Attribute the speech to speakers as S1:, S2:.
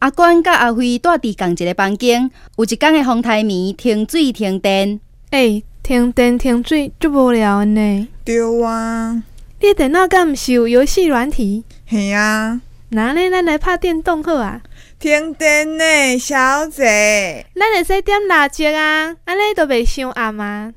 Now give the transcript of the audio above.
S1: 阿娟甲阿辉住伫同一个房间，有一天的风台暝停水停电，
S2: 诶、停电停水足无聊的呢。
S3: 对啊，
S2: 你的电脑敢毋是有游戏软体？
S3: 嘿啊，
S2: 那呢，咱来拍电动好啊！
S3: 停电呢，小姐。
S2: 咱会使点蜡烛啊，安尼都袂伤暗啊。